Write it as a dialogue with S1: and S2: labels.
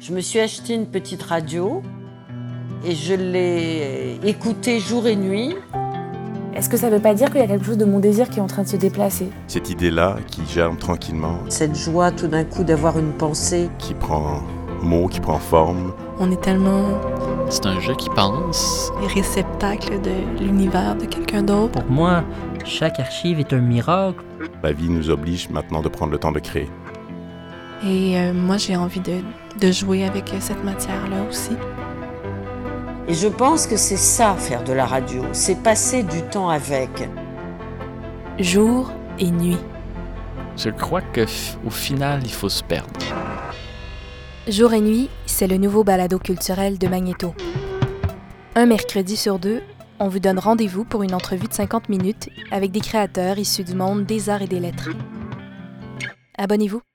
S1: Je me suis acheté une petite radio et je l'ai écoutée jour et nuit.
S2: Est-ce que ça ne veut pas dire qu'il y a quelque chose de mon désir qui est en train de se déplacer
S3: Cette idée-là qui germe tranquillement,
S1: Cette joie tout d'un coup d'avoir une pensée.
S3: qui prend mot, qui prend forme.
S4: On est tellement
S5: C'est un jeu qui pense.
S4: réceptacle de l'univers de quelqu'un d'autre.
S6: Pour moi, chaque archive est un miracle.
S3: La vie nous oblige maintenant de prendre le temps de créer.
S4: Et euh, moi, j'ai envie de, de jouer avec euh, cette matière-là aussi.
S1: Et je pense que c'est ça, faire de la radio. C'est passer du temps avec.
S2: Jour et nuit.
S5: Je crois que f- au final, il faut se perdre.
S2: Jour et nuit, c'est le nouveau balado culturel de Magneto. Un mercredi sur deux, on vous donne rendez-vous pour une entrevue de 50 minutes avec des créateurs issus du monde des arts et des lettres. Abonnez-vous.